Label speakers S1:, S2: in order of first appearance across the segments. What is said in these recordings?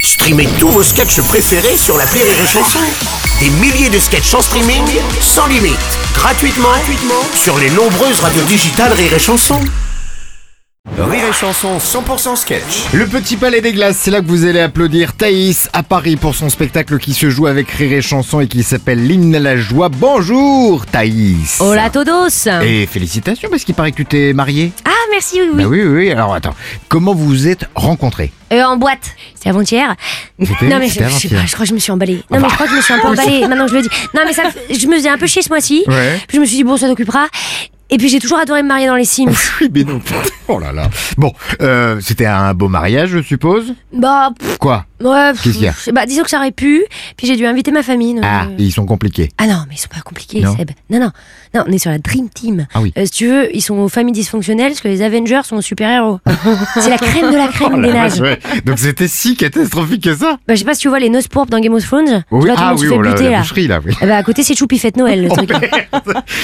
S1: Streamez tous vos sketchs préférés sur la Rire et Chanson. Des milliers de sketchs en streaming, sans limite, gratuitement, gratuitement sur les nombreuses radios digitales Rire et Chanson. Rire et Chanson 100% sketch.
S2: Le Petit Palais des Glaces, c'est là que vous allez applaudir Thaïs à Paris pour son spectacle qui se joue avec Rire et Chanson et qui s'appelle L'hymne à la joie. Bonjour Thaïs
S3: Hola todos
S2: Et félicitations parce qu'il paraît que tu t'es marié.
S3: Ah merci, oui, oui.
S2: Bah oui, oui, oui. Alors attends, comment vous vous êtes rencontrés
S3: Euh, en boîte, c'était avant-hier.
S2: C'était-
S3: Non mais
S2: c'était
S3: je, je sais
S2: avant-hier. Ah bah.
S3: pas, je crois que je me suis emballée. Non mais je crois que je me suis un peu emballée, maintenant que je le dis. Non mais ça, je me faisais un peu chier ce mois-ci.
S2: Ouais.
S3: Puis Je me suis dit bon ça t'occupera. Et puis j'ai toujours adoré me marier dans les Sims.
S2: Oui, mais non. Oh là là. Bon, euh, c'était un beau mariage, je suppose.
S3: bah pff,
S2: Quoi
S3: ouais. pff,
S2: Qu'est-ce qu'il y a
S3: je sais pas, disons que ça aurait pu. Puis j'ai dû inviter ma famille. donc,
S2: Ah,
S3: euh,
S2: ils sont compliqués.
S3: Ah non, mais ils sont pas compliqués,
S2: Non.
S3: Seb. Non, non, non, on est sur la Dream Team.
S2: Ah oui.
S3: Euh, si tu veux, ils sont aux familles dysfonctionnelles parce que les Avengers sont aux super-héros. C'est la crème de la crème
S2: Oh
S3: des
S2: la vache,
S3: nages.
S2: ouais. Donc c'était si catastrophique que ça
S3: Bah, je sais pas si tu vois les nose pourpres dans Game of Thrones. Tu
S2: Oui,
S3: vois, tout le
S2: ah
S3: monde se
S2: oui,
S3: fait
S2: oh, la,
S3: buter,
S2: la
S3: là.
S2: boucherie là, oui.
S3: Eh bah, à côté, c'est Choupi Fête Noël, le truc.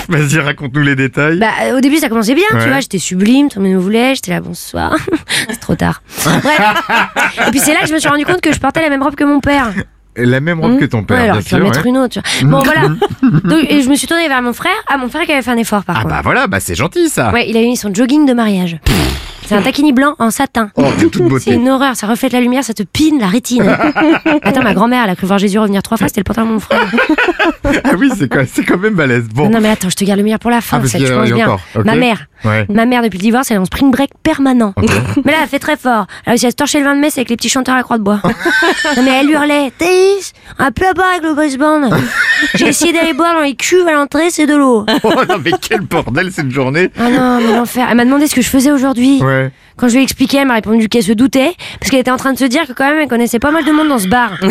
S2: Vas-y, raconte-nous les détails.
S3: Bah, euh, au début, ça commençait bien,
S2: Ouais.
S3: tu vois. J'étais sublime, tout le monde me voulait, j'étais là, bonsoir. c'est trop tard. Bref. Et puis, c'est là que je me suis rendu compte que je portais la même robe que mon père.
S2: La même robe que ton père,
S3: hmm. Ouais, alors,
S2: bien
S3: je peux en
S2: sûr.
S3: mettre
S2: ouais.
S3: une autre, tu vois. Bon, voilà. Donc, et je me suis tournée vers mon frère, ah, mon frère qui avait fait un effort, par
S2: Ah
S3: contre.
S2: bah voilà, bah c'est gentil ça.
S3: Ouais, il a eu son jogging de mariage. C'est un taquini blanc en satin.
S2: Oh, de toute
S3: C'est
S2: beauté.
S3: une horreur, ça reflète la lumière, ça te pine la rétine. Attends, ma grand-mère, elle a cru voir Jésus revenir trois fois, c'était le pantalon de mon frère.
S2: Ah oui, c'est quand, c'est quand même balèze. Bon.
S3: Non mais attends, je te garde le meilleur pour la fin,
S2: Ah, parce
S3: ça,
S2: qu'il y
S3: tu
S2: en a-
S3: penses
S2: il y a
S3: bien.
S2: encore, ok.
S3: Ma mère,
S2: Ouais.
S3: ma mère depuis le divorce, elle est en spring break permanent. Mais là, elle fait très fort. Elle a réussi à se torcher le 20 de mai, c'est avec les petits chanteurs à la croix de bois. non mais elle hurlait, Thaïs, un peu à bas avec le boys band. J'ai essayé d'aller boire dans les cuves à l'entrée, c'est de l'eau.
S2: Oh non, mais quel bordel cette journée.
S3: Ah non, mais l'enfer. Elle m'a demandé ce que je faisais aujourd'hui.
S2: Ouais.
S3: Quand je lui ai expliqué, elle m'a répondu qu'elle se doutait, parce qu'elle était en train de se dire que quand même, elle connaissait pas mal de monde dans ce bar.
S2: Ça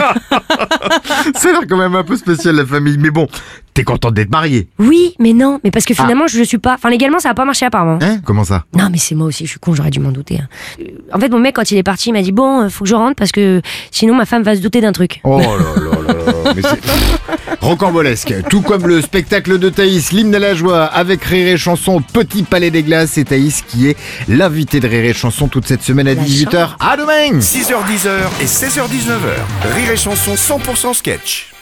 S2: a l'air quand même un peu spécial la famille. Mais bon, t'es contente d'être mariée.
S3: Oui, mais non, mais parce
S2: Ah.
S3: que finalement, je le suis pas. Enfin, légalement, ça a pas marché apparemment.
S2: Hein Comment ça
S3: Non, mais c'est moi aussi, je suis con, j'aurais dû m'en douter. hein. Euh, En fait, mon mec, quand il est parti, il m'a dit Bon, euh, faut que je rentre parce que sinon ma femme va se douter d'un truc.
S2: Oh là là là là. Mais c'est rocambolesque. Tout comme le spectacle de Thaïs, l'hymne à la joie, avec Rire et Chanson, au Petit Palais des Glaces. Et Thaïs qui est l'invité de Rire et Chanson toute cette semaine à
S3: La
S2: 18h. À demain
S1: 6h10 et 16h19h. Rire et Chanson 100% sketch.